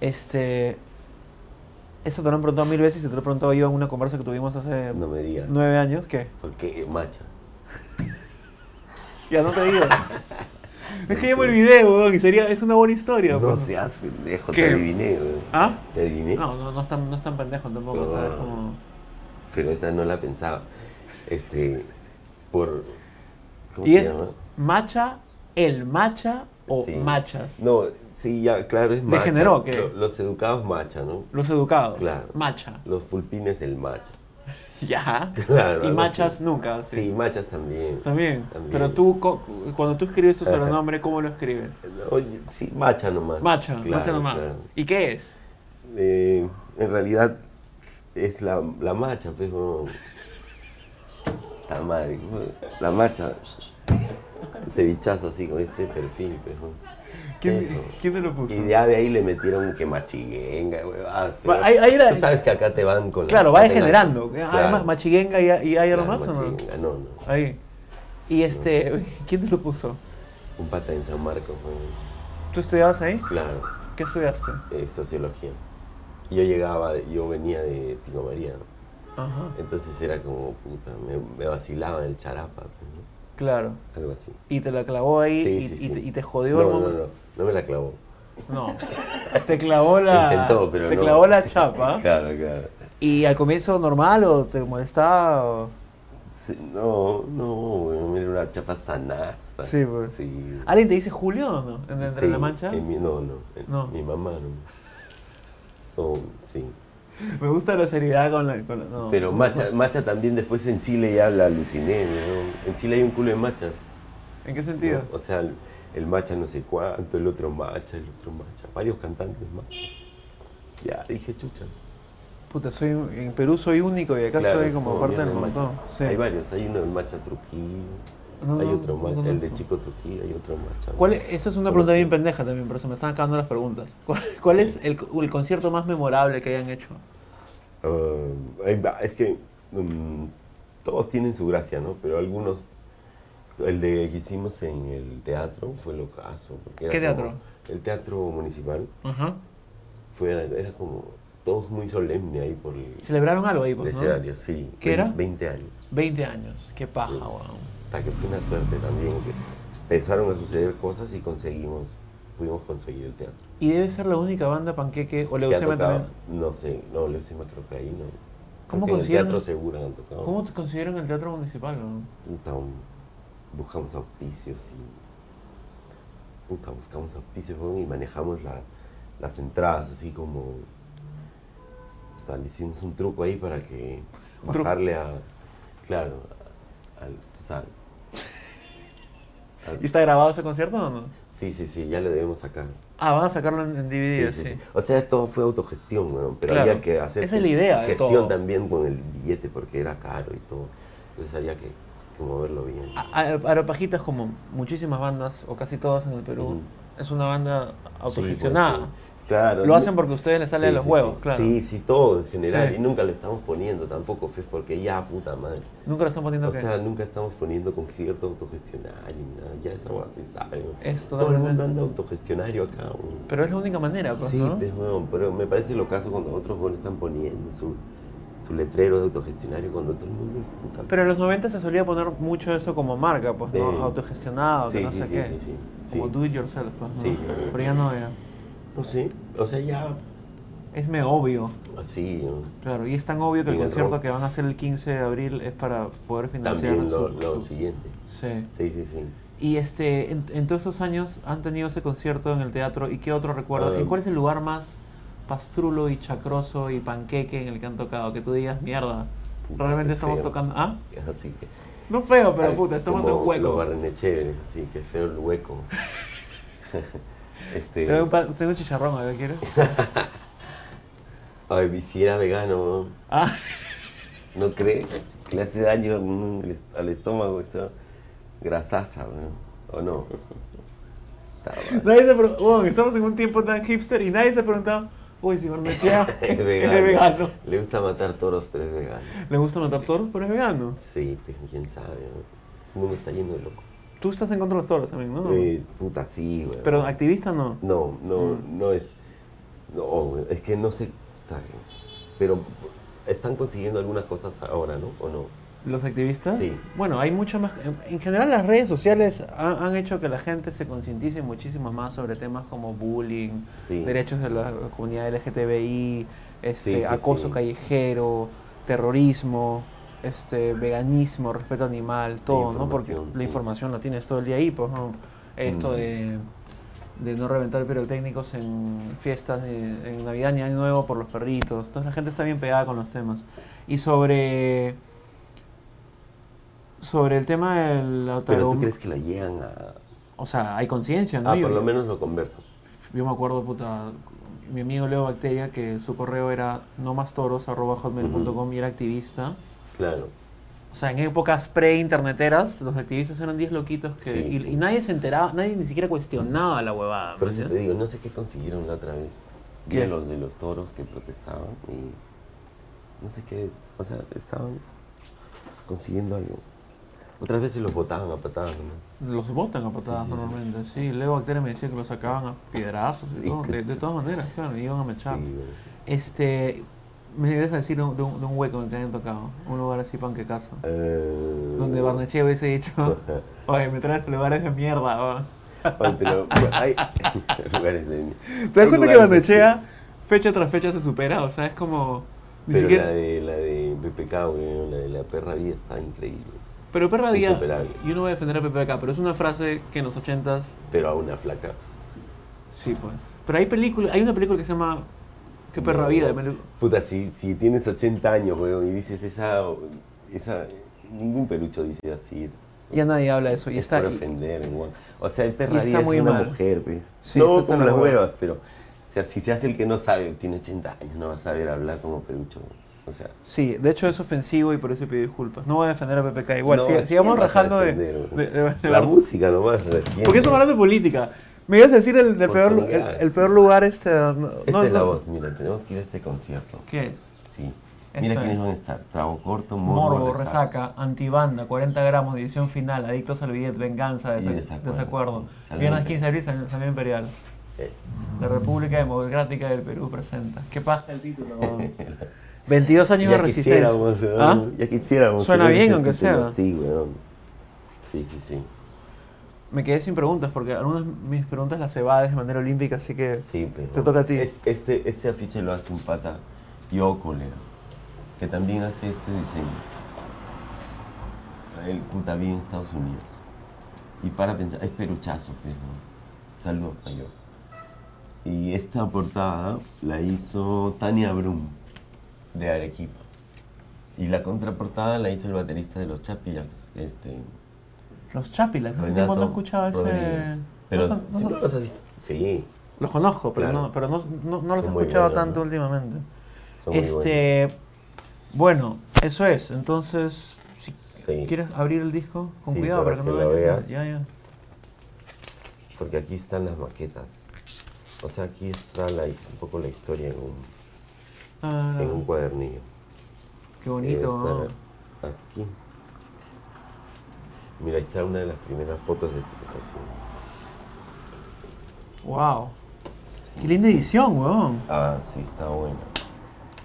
Speaker 2: este... Eso te lo han preguntado mil veces y te lo he preguntado yo en una conversa que tuvimos hace
Speaker 1: No me digas.
Speaker 2: nueve años. ¿Qué?
Speaker 1: Porque macha.
Speaker 2: Ya no te digo. es que ya me olvidé, weón, y sería... Es una buena historia,
Speaker 1: No
Speaker 2: pues.
Speaker 1: seas pendejo,
Speaker 2: ¿Qué?
Speaker 1: te adiviné, güey.
Speaker 2: ¿Ah?
Speaker 1: Te adiviné.
Speaker 2: No, no, no es tan, no es tan pendejo tampoco,
Speaker 1: Ah.
Speaker 2: ¿sabes? Como...
Speaker 1: Pero esa no la pensaba. Este, por. ¿Cómo
Speaker 2: Y
Speaker 1: se
Speaker 2: es
Speaker 1: llama?
Speaker 2: macha, el macha o
Speaker 1: Sí.
Speaker 2: machas.
Speaker 1: No, sí, ya, claro, es macha.
Speaker 2: género o qué?
Speaker 1: Lo- Los educados macha, ¿no?
Speaker 2: Los educados.
Speaker 1: Claro.
Speaker 2: Macha.
Speaker 1: Los pulpines el macha.
Speaker 2: Ya.
Speaker 1: Claro,
Speaker 2: y
Speaker 1: algo
Speaker 2: machas
Speaker 1: así.
Speaker 2: nunca.
Speaker 1: Sí,
Speaker 2: Ah, Sí.
Speaker 1: machas también.
Speaker 2: También.
Speaker 1: También.
Speaker 2: Pero tú, co- cuando tú escribes tu sobrenombre, ¿cómo lo escribes?
Speaker 1: Oye, sí, macha nomás.
Speaker 2: Macha,
Speaker 1: Claro,
Speaker 2: macha nomás.
Speaker 1: claro.
Speaker 2: ¿Y qué es?
Speaker 1: Eh, en realidad es la, la macha, pero. La madre. ¿cómo? La macha. Cevichazo así con este perfil, pero.
Speaker 2: ¿Quién,
Speaker 1: Eso.
Speaker 2: quién te lo puso?
Speaker 1: Y ya de ahí le metieron que machiguenga, huevadas, pero
Speaker 2: Va, ahí- ahí era-
Speaker 1: Tú sabes que acá te van con la-
Speaker 2: Claro, va
Speaker 1: te van-
Speaker 2: degenerando. Ah,
Speaker 1: Claro,
Speaker 2: Además, machiguenga y, y hay algo
Speaker 1: claro,
Speaker 2: más o no?
Speaker 1: machiguenga, no? no.
Speaker 2: Ahí. Y este, ¿quién te lo puso?
Speaker 1: Un pata en San Marcos, huevón.
Speaker 2: ¿Tú estudiabas ahí?
Speaker 1: claro,
Speaker 2: ¿Qué estudiaste?
Speaker 1: eh, sociología. Y Yo llegaba, yo venía de Tico María, ¿no?
Speaker 2: Ajá.
Speaker 1: Entonces era como, puta, me, me vacilaba en el charapa, pues, ¿no?
Speaker 2: Claro.
Speaker 1: Algo así.
Speaker 2: Y te la clavó ahí
Speaker 1: Sí,
Speaker 2: y,
Speaker 1: sí,
Speaker 2: y
Speaker 1: sí.
Speaker 2: te, y te jodió
Speaker 1: no,
Speaker 2: el
Speaker 1: no,
Speaker 2: momento.
Speaker 1: no, no me la clavó.
Speaker 2: No. Te clavó la.
Speaker 1: Intentó, pero
Speaker 2: te
Speaker 1: no.
Speaker 2: clavó la chapa.
Speaker 1: Claro, claro.
Speaker 2: ¿Y al comienzo normal o te molestaba? o-
Speaker 1: Sí, no, no, huevón, era una chapa sanaza.
Speaker 2: Sí, pues.
Speaker 1: Sí.
Speaker 2: ¿Alguien te dice Julio o no? ¿En, entre
Speaker 1: Sí,
Speaker 2: la mancha?
Speaker 1: en mi- no, no, en-
Speaker 2: No.
Speaker 1: Mi mamá no. Oh, sí.
Speaker 2: Me gusta la seriedad con la. con la- no.
Speaker 1: Pero macha, macha también después en Chile ya la aluciné, ¿no? En Chile hay un culo de machas.
Speaker 2: ¿En qué
Speaker 1: ¿no?
Speaker 2: sentido?
Speaker 1: O sea, el, el macha no sé cuánto, el otro macha, el otro macha. Varios cantantes machas. Ya, dije chucha.
Speaker 2: Puta, soy, en Perú soy único y acá
Speaker 1: Claro,
Speaker 2: soy
Speaker 1: es
Speaker 2: como parte
Speaker 1: mierda
Speaker 2: del
Speaker 1: de
Speaker 2: montón.
Speaker 1: machas.
Speaker 2: Sí.
Speaker 1: Hay varios, hay uno del macha Trujillo,
Speaker 2: No,
Speaker 1: hay
Speaker 2: no,
Speaker 1: otro
Speaker 2: no
Speaker 1: macha, el de
Speaker 2: conozco.
Speaker 1: Chico Trujillo, hay otro macha.
Speaker 2: ¿Cuál es- esta es una pregunta bien pendeja también, pero se me están acabando las preguntas. ¿Cuál, cuál es el, el concierto más memorable que hayan hecho?
Speaker 1: Ah, ahí va, es que mm, todos tienen su gracia, ¿no? Pero algunos. El de que hicimos en el teatro fue lo caso.
Speaker 2: ¿Qué teatro?
Speaker 1: el teatro municipal.
Speaker 2: Ajá.
Speaker 1: Fue, era como todos muy solemne ahí por el,
Speaker 2: ¿Celebraron algo ahí,
Speaker 1: el
Speaker 2: vos, no?
Speaker 1: escenario, sí.
Speaker 2: ¿Qué
Speaker 1: vein-
Speaker 2: era?
Speaker 1: 20 años.
Speaker 2: 20 años. Qué paja,
Speaker 1: Sí.
Speaker 2: weón.
Speaker 1: Hasta que fue una suerte también. que empezaron a suceder cosas y conseguimos, pudimos conseguir el teatro.
Speaker 2: Y debe ser la única banda panqueque o
Speaker 1: ¿Que han
Speaker 2: leucemia
Speaker 1: tocado?
Speaker 2: también.
Speaker 1: No sé, no, leucemia creo que ahí no. Creo
Speaker 2: ¿Cómo
Speaker 1: que en el
Speaker 2: consiguieron?
Speaker 1: teatro seguro han tocado.
Speaker 2: ¿Cómo te consiguieron el teatro municipal? weón?
Speaker 1: puta, un- buscamos auspicios y puta, buscamos a Pisefón y manejamos la- las entradas, así como. O sea, le hicimos un truco ahí para que
Speaker 2: Un truco.
Speaker 1: bajarle a. Claro, a- al. Tú sabes.
Speaker 2: ¿Y está grabado ese concierto o no?
Speaker 1: Sí, sí, sí, ya lo debemos sacar.
Speaker 2: Ah, van a sacarlo en, en
Speaker 1: Sí,
Speaker 2: DVD, sí.
Speaker 1: sí, sí. O sea, todo fue autogestión, weón, pero
Speaker 2: Claro.
Speaker 1: había que hacer
Speaker 2: Esa es
Speaker 1: tu
Speaker 2: la idea de
Speaker 1: gestión
Speaker 2: todo.
Speaker 1: también con el billete porque era caro y todo. Entonces había que, que moverlo bien.
Speaker 2: A- a- Aeropajitas, como muchísimas bandas, o casi todas en el Perú,
Speaker 1: Ujú.
Speaker 2: es una banda
Speaker 1: Sí,
Speaker 2: autogestionada.
Speaker 1: pues, sí. Claro.
Speaker 2: Lo hacen porque a ustedes les sale
Speaker 1: Sí,
Speaker 2: de los
Speaker 1: sí,
Speaker 2: huevos,
Speaker 1: sí.
Speaker 2: claro.
Speaker 1: Sí, sí, todo en general.
Speaker 2: Sí.
Speaker 1: Y nunca lo estamos poniendo tampoco, pues, porque ya, puta madre.
Speaker 2: Nunca lo están poniendo
Speaker 1: O
Speaker 2: que...
Speaker 1: sea, nunca estamos poniendo concierto autogestionario, ni nada. Ya esa hueá se sabe. ¿no?
Speaker 2: Es
Speaker 1: Todo el
Speaker 2: totalmente-
Speaker 1: mundo anda autogestionario acá. ¿no?
Speaker 2: Pero es la única manera, pues,
Speaker 1: Sí,
Speaker 2: ¿no?
Speaker 1: pues, huevón, pero me parece lo caso cuando otros bueno, están poniendo su, su letrero de autogestionario cuando todo el mundo es puta.
Speaker 2: Pero en los 90 se solía poner mucho eso como marca, pues, ¿no?
Speaker 1: Sí.
Speaker 2: Autogestionado, que
Speaker 1: Sí,
Speaker 2: no
Speaker 1: sí,
Speaker 2: sé
Speaker 1: sí,
Speaker 2: qué.
Speaker 1: sí, sí,
Speaker 2: Como
Speaker 1: sí.
Speaker 2: do it yourself, pues, ¿no?
Speaker 1: Sí, claro.
Speaker 2: Pero ya no, ya.
Speaker 1: No sé, o sea, ya
Speaker 2: Es me obvio.
Speaker 1: así. ¿no?
Speaker 2: Claro, y es tan obvio que el
Speaker 1: Y el
Speaker 2: concierto
Speaker 1: rock.
Speaker 2: que van a hacer el 15 de abril es para poder financiar
Speaker 1: También lo,
Speaker 2: su-
Speaker 1: lo
Speaker 2: su-
Speaker 1: siguiente.
Speaker 2: Sí.
Speaker 1: Sí, sí, sí.
Speaker 2: Y este, en, en todos esos años han tenido ese concierto en el teatro y qué otro recuerdo.
Speaker 1: Ah.
Speaker 2: ¿Y cuál es el lugar más pastrulo y chacroso y panqueque en el que han tocado? Que tú digas, mierda,
Speaker 1: Puta,
Speaker 2: realmente
Speaker 1: qué
Speaker 2: estamos
Speaker 1: feo.
Speaker 2: tocando... Ah,
Speaker 1: Así que.
Speaker 2: no feo, pero
Speaker 1: ay,
Speaker 2: puta, estamos en
Speaker 1: como Los
Speaker 2: hueco.
Speaker 1: barrenechéveres, así que feo el hueco. este.
Speaker 2: Te doy un, pa- te doy un chicharrón, a ver, ¿quieres?
Speaker 1: Ay, y si era vegano, ¿no?
Speaker 2: Ah,
Speaker 1: ¿No crees? Que le hace daño mm, al est- al estómago esa grasasa, ¿no? ¿O no? Está mal.
Speaker 2: nadie se preguntó, estamos en un tiempo tan hipster y nadie se ha preguntado, uy, si Barnechea
Speaker 1: Es
Speaker 2: es vegano.
Speaker 1: Le gusta matar toros, pero es vegano.
Speaker 2: Le gusta matar toros, pero es vegano.
Speaker 1: Sí, pues, quién sabe, ¿no? El mundo está lleno de locos.
Speaker 2: Tú estás en contra de los toros también, ¿no?
Speaker 1: Eh, puta, sí, güey.
Speaker 2: Pero activista no.
Speaker 1: No, no,
Speaker 2: Mm.
Speaker 1: no es... No, güey, es que no sé... puta, Pero están consiguiendo algunas cosas ahora, ¿no? ¿O no?
Speaker 2: ¿Los activistas?
Speaker 1: Sí.
Speaker 2: Bueno, hay mucha más... en- En general las redes sociales han, han hecho que la gente se concientice muchísimo más sobre temas como bullying,
Speaker 1: Sí.
Speaker 2: derechos de la comunidad LGTBI, este,
Speaker 1: Sí, sí,
Speaker 2: acoso
Speaker 1: sí.
Speaker 2: callejero, terrorismo, este, veganismo, respeto animal, todo, ¿no? Porque
Speaker 1: información,
Speaker 2: la
Speaker 1: sí.
Speaker 2: información la tienes todo el día ahí, pues, ¿no? Esto
Speaker 1: Mm.
Speaker 2: de, de no reventar pirotécnicos en fiestas, de- en Navidad ni Año Nuevo por los perritos. Entonces la gente está bien pegada con los temas. Y sobre... Sobre el tema del
Speaker 1: Pero
Speaker 2: autorom-
Speaker 1: tú crees que la llegan a...
Speaker 2: O sea, hay conciencia, ¿no?
Speaker 1: Ah,
Speaker 2: Yo-
Speaker 1: por lo menos lo conversan.
Speaker 2: yo me acuerdo, puta, mi amigo Leo Bacteria, que su correo era nomastoros.hotmail.com y era activista.
Speaker 1: Claro.
Speaker 2: O sea, en épocas pre-interneteras, los activistas eran 10 loquitos que...
Speaker 1: Sí,
Speaker 2: y,
Speaker 1: sí.
Speaker 2: y nadie se enteraba, nadie ni siquiera cuestionaba la huevada.
Speaker 1: Por
Speaker 2: ¿me
Speaker 1: eso te
Speaker 2: entiendes?
Speaker 1: digo, no sé qué consiguieron la otra vez.
Speaker 2: Ah, ¿Qué?
Speaker 1: Vi a los de los toros que protestaban y no sé qué, o sea, estaban consiguiendo algo. Otras veces los botaban a patadas nomás.
Speaker 2: Los votan a patadas
Speaker 1: Sí, sí, sí.
Speaker 2: normalmente, sí. Leo Bacteria me decía que los sacaban a piedrazos y
Speaker 1: Sí,
Speaker 2: todo, de, de
Speaker 1: cachas.
Speaker 2: todas maneras, claro, y iban a mechar.
Speaker 1: Sí, güey.
Speaker 2: Este, me ibas a decir de un, de un- de un hueco en el que habían tocado, un lugar así panquecaso.
Speaker 1: Eh,
Speaker 2: Donde Barnechea hubiese dicho, oye, me traes lugares de mierda. va".
Speaker 1: oye, pero hay lugares de...
Speaker 2: ¿Te das
Speaker 1: hay
Speaker 2: cuenta que
Speaker 1: lugares
Speaker 2: Barnechea fecha tras fecha se supera? O sea, es como... Ni
Speaker 1: Pero
Speaker 2: siquiera...
Speaker 1: la de, la de PPK, güey, la de la perra vida está increíble.
Speaker 2: Pero Perra Vía,
Speaker 1: Insuperable.
Speaker 2: yo no voy a defender a PPK, pero es una frase que en los ochentas...
Speaker 1: Pero a una flaca.
Speaker 2: Sí, pues. Pero hay película, hay una película que se llama... ¿Qué Perra
Speaker 1: No,
Speaker 2: Vida? de
Speaker 1: no.
Speaker 2: Mel-
Speaker 1: Puta, si, si tienes 80 años, weón, y dices esa, esa... Ningún pelucho dice así. Es,
Speaker 2: Ya nadie habla de eso. Y
Speaker 1: es
Speaker 2: está...
Speaker 1: por ofender, weón. O sea, el
Speaker 2: Y
Speaker 1: perra
Speaker 2: está
Speaker 1: vida es
Speaker 2: muy
Speaker 1: una
Speaker 2: mal.
Speaker 1: mujer, pues.
Speaker 2: Sí,
Speaker 1: no como
Speaker 2: está tan
Speaker 1: las
Speaker 2: mal.
Speaker 1: huevas, pero... O sea, si se hace el que no sabe, tiene 80 años, no va a saber hablar como pelucho. O sea...
Speaker 2: Sí, de hecho es ofensivo y por eso pido disculpas. No voy a defender a PPK igual.
Speaker 1: no,
Speaker 2: siga-
Speaker 1: ¿quién
Speaker 2: sigamos
Speaker 1: vas a
Speaker 2: rajando de...
Speaker 1: defender,
Speaker 2: de-
Speaker 1: weón?
Speaker 2: de- de-
Speaker 1: La música nomás. ¿quién?
Speaker 2: ¿Por qué estamos hablando de política? Me ibas a decir el, del peor, lu- el,
Speaker 1: Oportunidades.
Speaker 2: el peor lugar este... No,
Speaker 1: Esta
Speaker 2: no,
Speaker 1: es la
Speaker 2: no.
Speaker 1: voz, mira, tenemos que ir a este concierto.
Speaker 2: ¿Qué es?
Speaker 1: Sí.
Speaker 2: Eso
Speaker 1: Mira quiénes
Speaker 2: es.
Speaker 1: van a estar. Trago corto, morbo,
Speaker 2: Morbo, resaca, antibanda, 40 gramos, división final, adictos al billete, venganza,
Speaker 1: Y
Speaker 2: desa-
Speaker 1: desacuerdo,
Speaker 2: desacuerdo.
Speaker 1: sí. Salud Mm.
Speaker 2: Viernes
Speaker 1: Imperial.
Speaker 2: 15 de abril, Sal- Salud Imperial.
Speaker 1: Eso.
Speaker 2: La República Democrática del Perú presenta. ¿Qué pasa?
Speaker 4: El título. ¿no?
Speaker 2: 22 años de resistencia.
Speaker 1: quisiéramos, ¿eh? weón,
Speaker 2: ¿Ah?
Speaker 1: Ya quisiéramos.
Speaker 2: Suena
Speaker 1: tener
Speaker 2: bien,
Speaker 1: ese
Speaker 2: aunque
Speaker 1: título.
Speaker 2: sea.
Speaker 1: Sí, weón. Sí, sí, sí.
Speaker 2: Me quedé sin preguntas porque algunas de mis preguntas las evades de manera olímpica, así que...
Speaker 1: Sí, pero-
Speaker 2: Te toca a ti.
Speaker 1: Es- Este, este afiche lo hace un pata, yo colega, que también hace este diseño. Él puta vive en Estados Unidos. Y para pensar, es peruchazo, pero. Saludos, Mayo. Y esta portada la hizo Tania Brum, de Arequipa. Y la contraportada la hizo el baterista de los Chapillacs, este,
Speaker 2: Los Chapilax, hace tiempo no
Speaker 1: Renato
Speaker 2: escuchaba ese.
Speaker 1: Rodríguez. Pero
Speaker 2: no son- no
Speaker 1: siempre
Speaker 2: son-
Speaker 1: los has visto. Sí,
Speaker 2: Los conozco, pero
Speaker 1: Claro.
Speaker 2: no, pero no, no, no los he
Speaker 1: Son muy
Speaker 2: escuchado
Speaker 1: buenos,
Speaker 2: tanto
Speaker 1: ¿no?
Speaker 2: últimamente.
Speaker 1: son muy
Speaker 2: este, bueno, eso es. Entonces, si
Speaker 1: Sí.
Speaker 2: quieres abrir el disco con
Speaker 1: Sí,
Speaker 2: cuidado para
Speaker 1: para
Speaker 2: que
Speaker 1: que
Speaker 2: no
Speaker 1: lo
Speaker 2: vaya a-
Speaker 1: veas.
Speaker 2: Ya, ya.
Speaker 1: buenos. Porque aquí están las maquetas. O sea, aquí está la, his- un poco la historia en un,
Speaker 2: Ah,
Speaker 1: en un cuadernillo.
Speaker 2: qué
Speaker 1: Debe
Speaker 2: bonito. ¿no?
Speaker 1: estar Aquí. Mira, ahí está una de las primeras fotos de este estupefaciente.
Speaker 2: Wow. Qué linda edición, weón.
Speaker 1: Ah, sí, está buena.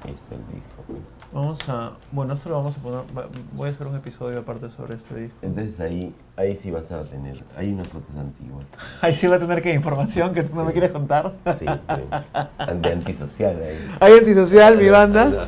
Speaker 1: Ahí está el disco. pues.
Speaker 2: Vamos a. Bueno, esto lo vamos a poner. va- Voy a hacer un episodio aparte sobre este disco.
Speaker 1: Entonces ahí, ahí sí vas a tener. Hay unas fotos antiguas.
Speaker 2: Ahí sí va a tener que información que tú no me
Speaker 1: Sí.
Speaker 2: quieres contar.
Speaker 1: Sí, de, de antisocial ahí.
Speaker 2: Hay antisocial, mi
Speaker 1: No,
Speaker 2: banda.
Speaker 1: no, no.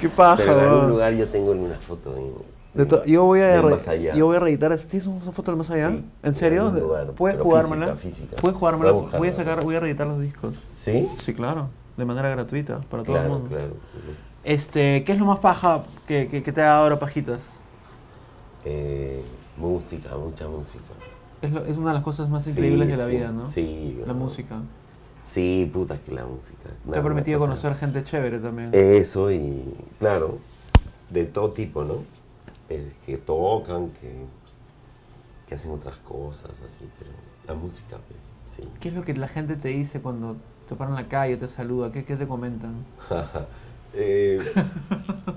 Speaker 2: Qué paja,
Speaker 1: Pero en algún
Speaker 2: weón.
Speaker 1: lugar yo tengo una foto de.
Speaker 2: De to- yo, voy a
Speaker 1: del
Speaker 2: re-
Speaker 1: más allá.
Speaker 2: yo voy a reeditar. esto. ¿Tienes una foto del más allá?
Speaker 1: Sí,
Speaker 2: ¿En
Speaker 1: en
Speaker 2: serio?
Speaker 1: algún
Speaker 2: De-
Speaker 1: lugar,
Speaker 2: ¿Puedes
Speaker 1: pero
Speaker 2: jugármela?
Speaker 1: física, física.
Speaker 2: ¿Puedes jugármela?
Speaker 1: Voy a buscarla.
Speaker 2: Voy a sacar, voy a reeditar los discos.
Speaker 1: ¿Sí?
Speaker 2: Sí, claro. De manera gratuita, para todo el
Speaker 1: Claro,
Speaker 2: mundo.
Speaker 1: claro. por supuesto.
Speaker 2: Este, ¿qué es lo más paja que, que, que te ha dado ahora pajitas?
Speaker 1: Eh, música, mucha música.
Speaker 2: Es, lo- es una de las cosas más
Speaker 1: Sí,
Speaker 2: increíbles de la
Speaker 1: sí,
Speaker 2: vida, ¿no?
Speaker 1: Sí.
Speaker 2: La
Speaker 1: ¿no?
Speaker 2: música.
Speaker 1: Sí, puta, que la música. Eh.
Speaker 2: Te ha
Speaker 1: Nada,
Speaker 2: permitido
Speaker 1: o sea,
Speaker 2: conocer gente chévere también.
Speaker 1: Eso y, claro, de todo tipo, ¿no? Es que tocan, que, que hacen otras cosas, así, pero la música, pues, sí.
Speaker 2: ¿Qué es lo que la gente te dice cuando te paran en la calle, te saluda? ¿Qué, qué te comentan?
Speaker 1: eh,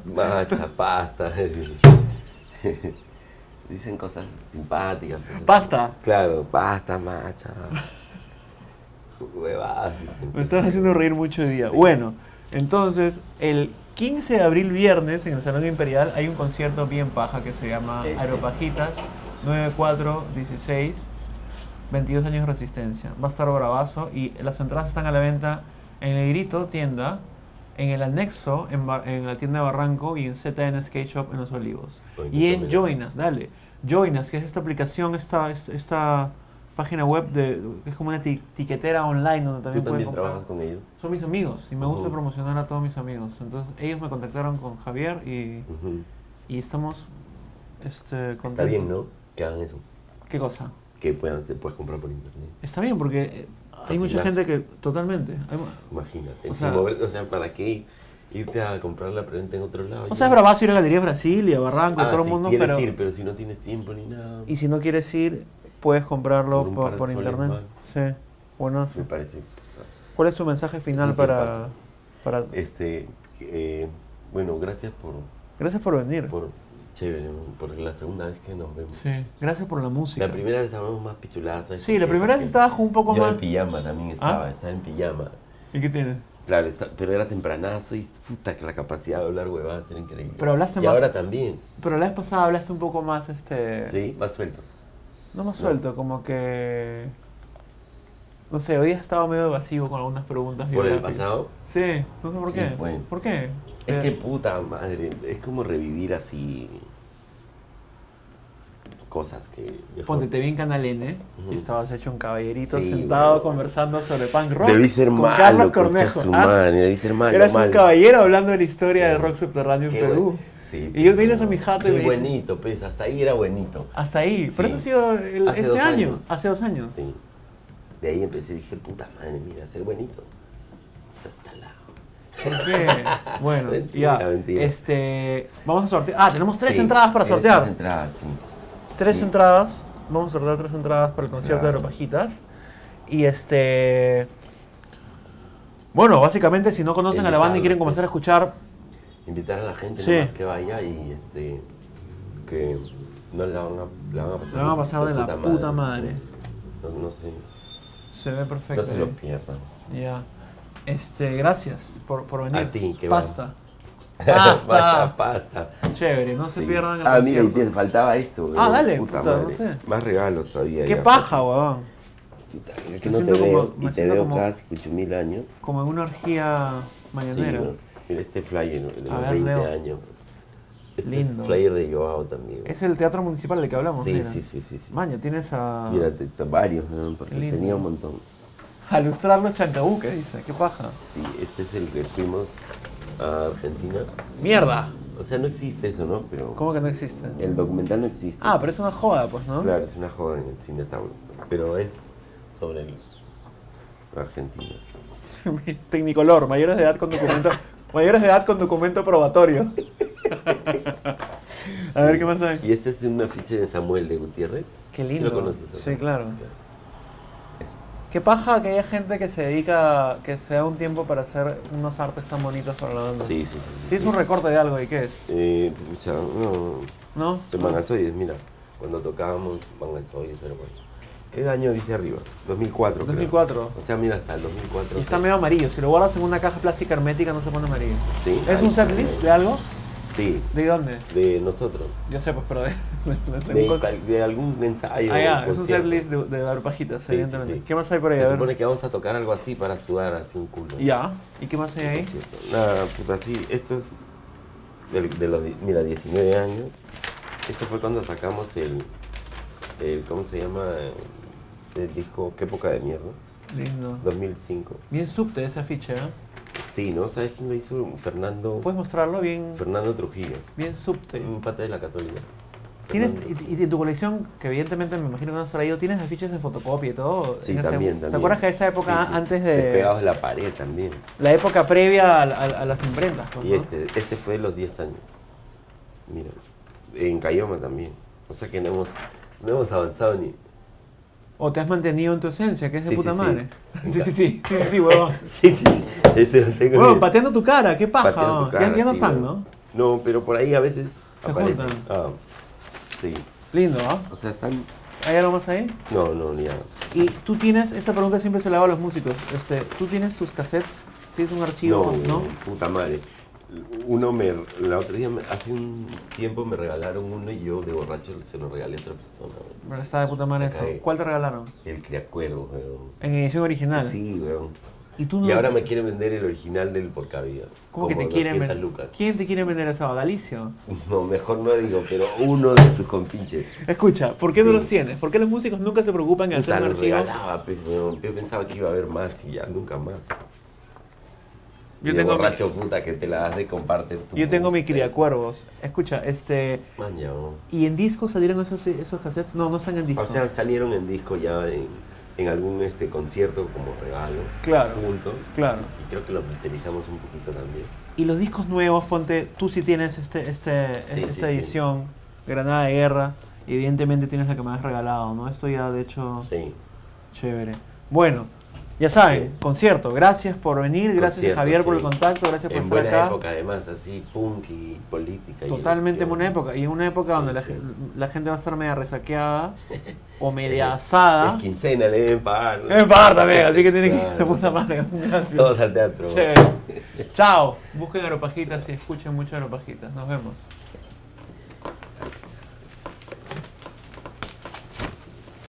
Speaker 1: macha, pasta. Dicen cosas simpáticas. pues, así.
Speaker 2: ¡Basta!
Speaker 1: Claro, pasta, macha. Huevadas, dicen.
Speaker 2: Me estás haciendo reír mucho hoy día. Bueno, entonces, el 15 de abril, viernes, en el Salón Imperial, hay un concierto bien paja que se llama
Speaker 1: Ese.
Speaker 2: Aeropajitas 9416, 22 años de resistencia. Va a estar bravazo y las entradas están a la venta en el Grito tienda, en el anexo, en, Bar- en la tienda de Barranco y en ZN Skate Shop en Los Olivos.
Speaker 1: Oye,
Speaker 2: Y en
Speaker 1: también.
Speaker 2: Join Join Us, dale. Join Us, que es esta aplicación, esta, es- esta página web de, que es como una ti- tiquetera online donde
Speaker 1: ¿Tú
Speaker 2: también puedes
Speaker 1: también
Speaker 2: comprar.
Speaker 1: trabajas con ellos?
Speaker 2: Son mis amigos y me gusta
Speaker 1: Ujú.
Speaker 2: promocionar a todos mis amigos. Entonces ellos me contactaron con Javier y,
Speaker 1: Ujú.
Speaker 2: y estamos este, contentos.
Speaker 1: Está bien, ¿no? Que hagan eso.
Speaker 2: ¿Qué cosa?
Speaker 1: Que puedan, se puedas comprar por internet.
Speaker 2: Está bien porque eh, hay mucha
Speaker 1: Facilazo.
Speaker 2: gente que totalmente. hay mu-
Speaker 1: Imagínate.
Speaker 2: O
Speaker 1: sin
Speaker 2: sea-
Speaker 1: moverte, o sea, ¿para qué irte a comprar la preventa en otro lado?
Speaker 2: o sea, es bravazo ir a Galerías Brasil y a Barranco, a
Speaker 1: Ah,
Speaker 2: todo el
Speaker 1: si
Speaker 2: mundo,
Speaker 1: quieres
Speaker 2: pero...
Speaker 1: ir, pero si no tienes tiempo ni nada,
Speaker 2: Y si no quieres ir, puedes comprarlo
Speaker 1: Por un
Speaker 2: por,
Speaker 1: par de
Speaker 2: por
Speaker 1: soles
Speaker 2: internet.
Speaker 1: más.
Speaker 2: Sí. Bueno,
Speaker 1: me parece.
Speaker 2: ¿cuál es tu mensaje final
Speaker 1: un
Speaker 2: para, para...
Speaker 1: Este, que, eh, bueno, gracias por,
Speaker 2: Gracias por venir.
Speaker 1: por, chévere, ¿no? por la segunda vez que nos vemos.
Speaker 2: Sí. Gracias por la música.
Speaker 1: La primera vez hablamos más pichuladas. ¿sabes
Speaker 2: Sí,
Speaker 1: por
Speaker 2: la
Speaker 1: qué?
Speaker 2: primera vez
Speaker 1: Porque
Speaker 2: estabas un poco
Speaker 1: yo
Speaker 2: más... ¿Ah?
Speaker 1: en pijama también estaba, estaba en pijama.
Speaker 2: ¿Y qué tienes?
Speaker 1: Claro, está- pero era tempranazo y puta que la capacidad de hablar huevadas era increíble.
Speaker 2: Pero hablaste
Speaker 1: y
Speaker 2: más-
Speaker 1: ahora también,
Speaker 2: Pero la vez pasada hablaste un poco más, este...
Speaker 1: sí, más suelto.
Speaker 2: No más suelto, como que... No sé, hoy he estado medio evasivo con algunas preguntas
Speaker 1: Por el
Speaker 2: biográficas.
Speaker 1: pasado.
Speaker 2: Sí, no sé por
Speaker 1: Sí,
Speaker 2: qué.
Speaker 1: bueno.
Speaker 2: ¿Por qué?
Speaker 1: Es que
Speaker 2: Eh,
Speaker 1: puta madre, es como revivir así cosas que... mejor-
Speaker 2: Ponte, te vi en Canal N y
Speaker 1: Ujú.
Speaker 2: estabas hecho un caballerito
Speaker 1: Sí,
Speaker 2: sentado
Speaker 1: bueno.
Speaker 2: conversando sobre punk rock
Speaker 1: Debí ser
Speaker 2: con
Speaker 1: malo,
Speaker 2: Carlos
Speaker 1: concha
Speaker 2: Cornejo.
Speaker 1: su
Speaker 2: Ah,
Speaker 1: madre, debí ser malo,
Speaker 2: eras
Speaker 1: malo.
Speaker 2: un caballero hablando de la historia
Speaker 1: Sí.
Speaker 2: del rock subterráneo en
Speaker 1: Qué
Speaker 2: Perú.
Speaker 1: buen- sí,
Speaker 2: Y yo
Speaker 1: pero
Speaker 2: vienes a
Speaker 1: no.
Speaker 2: mi jato y
Speaker 1: Soy
Speaker 2: me dices-
Speaker 1: buenito, pues, hasta ahí era buenito.
Speaker 2: Hasta ahí,
Speaker 1: Sí.
Speaker 2: pero eso ha sido el-
Speaker 1: Hace
Speaker 2: este
Speaker 1: dos
Speaker 2: año,
Speaker 1: años.
Speaker 2: hace dos años.
Speaker 1: Sí. De ahí empecé y dije, puta madre, mira, ser buenito. Es hasta la...
Speaker 2: ¿Por qué? Bueno,
Speaker 1: Mentira,
Speaker 2: ya.
Speaker 1: mentira.
Speaker 2: Este, vamos a sortear. Ah, tenemos tres
Speaker 1: Sí,
Speaker 2: entradas para
Speaker 1: tres
Speaker 2: sortear.
Speaker 1: entradas, sí.
Speaker 2: Tres
Speaker 1: Sí.
Speaker 2: entradas. Vamos a sortear tres entradas para el concierto de
Speaker 1: Claro.
Speaker 2: Aeropajitas. Y este. Bueno, básicamente, si no conocen a la banda y
Speaker 1: Invitarlos,
Speaker 2: quieren comenzar a escuchar,
Speaker 1: Invitar a la gente
Speaker 2: Sí.
Speaker 1: nomás que vaya y este... Que no la van a, la van a pasar...
Speaker 2: la van a pasar de la puta madre.
Speaker 1: No, no sé,
Speaker 2: Se ve
Speaker 1: no
Speaker 2: perfecto.
Speaker 1: se lo pierdan.
Speaker 2: Ya. Este, gracias por, por venir.
Speaker 1: A ti, qué
Speaker 2: Pasta.
Speaker 1: pasta,
Speaker 2: Pasta.
Speaker 1: pasta.
Speaker 2: Chévere, no se
Speaker 1: Sí.
Speaker 2: pierdan el
Speaker 1: ah, mira, y
Speaker 2: concierto.
Speaker 1: te faltaba esto. güey.
Speaker 2: Ah, dale, puta, no
Speaker 1: madre.
Speaker 2: sé.
Speaker 1: Más regalos todavía.
Speaker 2: Qué
Speaker 1: ya.
Speaker 2: paja, huevón.
Speaker 1: Puta, es que no
Speaker 2: Me
Speaker 1: te
Speaker 2: siento como-
Speaker 1: veo
Speaker 2: me
Speaker 1: y te
Speaker 2: siento
Speaker 1: veo
Speaker 2: como-
Speaker 1: cada 5000 años.
Speaker 2: Como en una orgía
Speaker 1: Sí,
Speaker 2: mañanera.
Speaker 1: ¿no? Mira este flyer ¿no? de
Speaker 2: A
Speaker 1: los
Speaker 2: ver,
Speaker 1: 20
Speaker 2: Leo.
Speaker 1: años. Este
Speaker 2: Lindo.
Speaker 1: Es flyer de Joao también.
Speaker 2: Es el teatro municipal del que hablamos,
Speaker 1: sí,
Speaker 2: mira.
Speaker 1: sí, sí, sí, sí.
Speaker 2: Maña, tienes a.
Speaker 1: Mira, te- te- varios, ¿no? porque
Speaker 2: Qué lindo.
Speaker 1: tenía un montón.
Speaker 2: A ilustrar los chancabuques, dice. Qué paja.
Speaker 1: Sí, este es el que fuimos a Argentina.
Speaker 2: ¡Mierda!
Speaker 1: O sea, no existe eso, ¿no? Pero
Speaker 2: ¿Cómo que no existe?
Speaker 1: el documental no existe.
Speaker 2: Ah, pero es una joda, pues, ¿no?
Speaker 1: Claro, es una joda en el cine Tauro. Pero es sobre el- la Argentina.
Speaker 2: Tecnicolor, mayores de edad con documento. mayores de edad con documento probatorio. a ver qué más hay.
Speaker 1: Y este es un afiche de Samuel de Gutiérrez.
Speaker 2: Qué
Speaker 1: Sí
Speaker 2: lindo.
Speaker 1: lo conoces. ¿no?
Speaker 2: Sí, claro.
Speaker 1: Eso.
Speaker 2: Qué paja que haya gente que se dedica, que se da un tiempo para hacer unos artes tan bonitos para la banda.
Speaker 1: Sí, sí, sí. sí,
Speaker 2: Tienes
Speaker 1: sí.
Speaker 2: un recorte de algo y qué es,
Speaker 1: Eh, pucha, no.
Speaker 2: ¿no?
Speaker 1: De Mangazoides, mira. Cuando tocábamos Mangazoides, pero bueno. ¿Qué año dice arriba? 2004, creo.
Speaker 2: 2004.
Speaker 1: O sea, mira, hasta el 2004.
Speaker 2: Y está medio amarillo. Si lo guardas en una caja plástica hermética no se pone amarillo.
Speaker 1: Sí.
Speaker 2: ¿Es
Speaker 1: ahí
Speaker 2: un
Speaker 1: está.
Speaker 2: setlist de algo?
Speaker 1: Sí,
Speaker 2: ¿De dónde?
Speaker 1: de nosotros.
Speaker 2: Yo sé, pues, pero de, de- de- de
Speaker 1: De,
Speaker 2: un col-
Speaker 1: cal- de algún ensayo.
Speaker 2: Ah, ya,
Speaker 1: un
Speaker 2: es un
Speaker 1: concierto.
Speaker 2: setlist de, de barbajitas,
Speaker 1: Sí, sí,
Speaker 2: evidentemente.
Speaker 1: sí.
Speaker 2: ¿Qué más hay por ahí?
Speaker 1: Se
Speaker 2: A
Speaker 1: supone
Speaker 2: ver.
Speaker 1: que vamos a tocar algo así para sudar así un culo.
Speaker 2: Ya. ¿Y qué más hay
Speaker 1: No
Speaker 2: ahí?
Speaker 1: es cierto. Nada, puta, sí, esto es del- de los, di- mira, 19 años. Esto fue cuando sacamos el, el ¿cómo se llama? El disco Qué poca de mierda,
Speaker 2: Lindo.
Speaker 1: 2005.
Speaker 2: Bien subte esa ficha, ¿eh?
Speaker 1: Sí, ¿no? ¿Sabes quién lo hizo? Fernando,
Speaker 2: ¿Puedes mostrarlo? Bien,
Speaker 1: Fernando Trujillo,
Speaker 2: bien subte.
Speaker 1: un pata de la Católica.
Speaker 2: ¿Tienes,
Speaker 1: Fernando.
Speaker 2: y, y en tu colección, que evidentemente me imagino que no has traído, ¿tienes afiches de fotocopia y todo?
Speaker 1: Sí,
Speaker 2: En esa-
Speaker 1: también, también.
Speaker 2: ¿Te acuerdas que esa época
Speaker 1: Sí, sí.
Speaker 2: antes
Speaker 1: Pegados
Speaker 2: de...
Speaker 1: a la pared también.
Speaker 2: La época previa a, a- a las imprentas, pues,
Speaker 1: Y
Speaker 2: ¿no?
Speaker 1: este, este fue de los 10 años. Mira, en Cayoma también. O sea que no hemos, no hemos avanzado ni...
Speaker 2: O te has mantenido en tu esencia, que es de
Speaker 1: Sí,
Speaker 2: puta
Speaker 1: sí, sí.
Speaker 2: madre. Sí, sí, sí, sí, sí, sí, huevón.
Speaker 1: Sí, sí, sí. Este lo tengo
Speaker 2: Huevón,
Speaker 1: bien.
Speaker 2: pateando tu cara, qué paja.
Speaker 1: Pateando tu
Speaker 2: ¿no?
Speaker 1: cara,
Speaker 2: ya, ya no
Speaker 1: sí,
Speaker 2: están,
Speaker 1: weón.
Speaker 2: ¿no?
Speaker 1: No, pero por ahí a veces
Speaker 2: Se
Speaker 1: aparecen.
Speaker 2: juntan.
Speaker 1: Ah, sí.
Speaker 2: Lindo, ¿ah?
Speaker 1: O sea, están...
Speaker 2: ¿Hay algo más ahí?
Speaker 1: No, no, ya.
Speaker 2: Y tú tienes, esta pregunta siempre se la hago a los músicos, este, ¿tú tienes tus cassettes? ¿Tienes un archivo?
Speaker 1: no, puta madre. Uno me... La otra día, me- hace un tiempo me regalaron uno y yo de borracho se lo regalé a otra persona. weón.
Speaker 2: Pero está de puta madre eso.
Speaker 1: Acá, eh.
Speaker 2: ¿Cuál te regalaron?
Speaker 1: El criacuero, weón.
Speaker 2: En edición original.
Speaker 1: Sí, weón.
Speaker 2: Y tú no.
Speaker 1: Y ahora me quieren vender el original del Porcavida.
Speaker 2: ¿Cómo que te
Speaker 1: Como
Speaker 2: quieren
Speaker 1: 200
Speaker 2: vender?
Speaker 1: lucas.
Speaker 2: ¿Quién te quiere vender eso? Galicio.
Speaker 1: No, mejor no digo, pero uno de sus compinches.
Speaker 2: Escucha, ¿por qué no
Speaker 1: Sí.
Speaker 2: los tienes? ¿Por qué los músicos nunca se preocupan en
Speaker 1: Puta,
Speaker 2: hacer un
Speaker 1: lo
Speaker 2: archivo?
Speaker 1: regalaba, pues, weón. Yo pensaba que iba a haber más y ya, nunca más.
Speaker 2: Yo
Speaker 1: Yo y tengo
Speaker 2: tengo mi-
Speaker 1: borracho puta que te la das de compartir tu
Speaker 2: Yo tengo mi
Speaker 1: música.
Speaker 2: criacuervos. Escucha, este.
Speaker 1: Maña, weón.
Speaker 2: ¿Y en disco salieron esos, esos cassettes? No, no están en disco.
Speaker 1: O sea, salieron en disco ya en, en algún este concierto como regalo.
Speaker 2: Claro.
Speaker 1: Juntos.
Speaker 2: claro.
Speaker 1: Y creo que lo masterizamos un poquito también.
Speaker 2: Y los discos nuevos, ponte, tú sí tienes este, este,
Speaker 1: Sí,
Speaker 2: esta
Speaker 1: sí, sí.
Speaker 2: edición, Granada de Guerra, y evidentemente tienes la que me has regalado, ¿no? Esto ya, de hecho,
Speaker 1: Sí.
Speaker 2: chévere. Bueno, ya saben,
Speaker 1: Sí.
Speaker 2: concierto, gracias por venir, gracias
Speaker 1: Concierto,
Speaker 2: a Javier por el
Speaker 1: sí.
Speaker 2: contacto, gracias por
Speaker 1: En
Speaker 2: estar
Speaker 1: buena
Speaker 2: acá.
Speaker 1: época además, así punk y política. y
Speaker 2: Totalmente
Speaker 1: elección.
Speaker 2: en una época, y en una época
Speaker 1: Sí,
Speaker 2: donde la,
Speaker 1: sí.
Speaker 2: gen- la gente va a estar media resaqueada o
Speaker 1: Eh,
Speaker 2: media asada.
Speaker 1: Es quincena, le deben pagar. ¿no?
Speaker 2: Es parte también, así que tiene que ir
Speaker 1: Claro.
Speaker 2: de puta madre. Gracias.
Speaker 1: Todos al teatro. weón.
Speaker 2: Chévere. Chao. Busquen aeropajitas y escuchen mucho aeropajitas. Nos vemos.
Speaker 1: Ahí está.